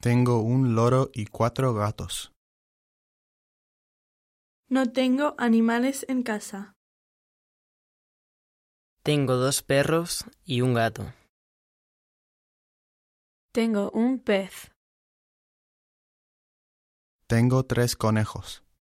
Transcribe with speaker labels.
Speaker 1: Tengo un loro y cuatro gatos.
Speaker 2: No tengo animales en casa.
Speaker 3: Tengo dos perros y un gato.
Speaker 4: Tengo un pez.
Speaker 1: Tengo tres conejos.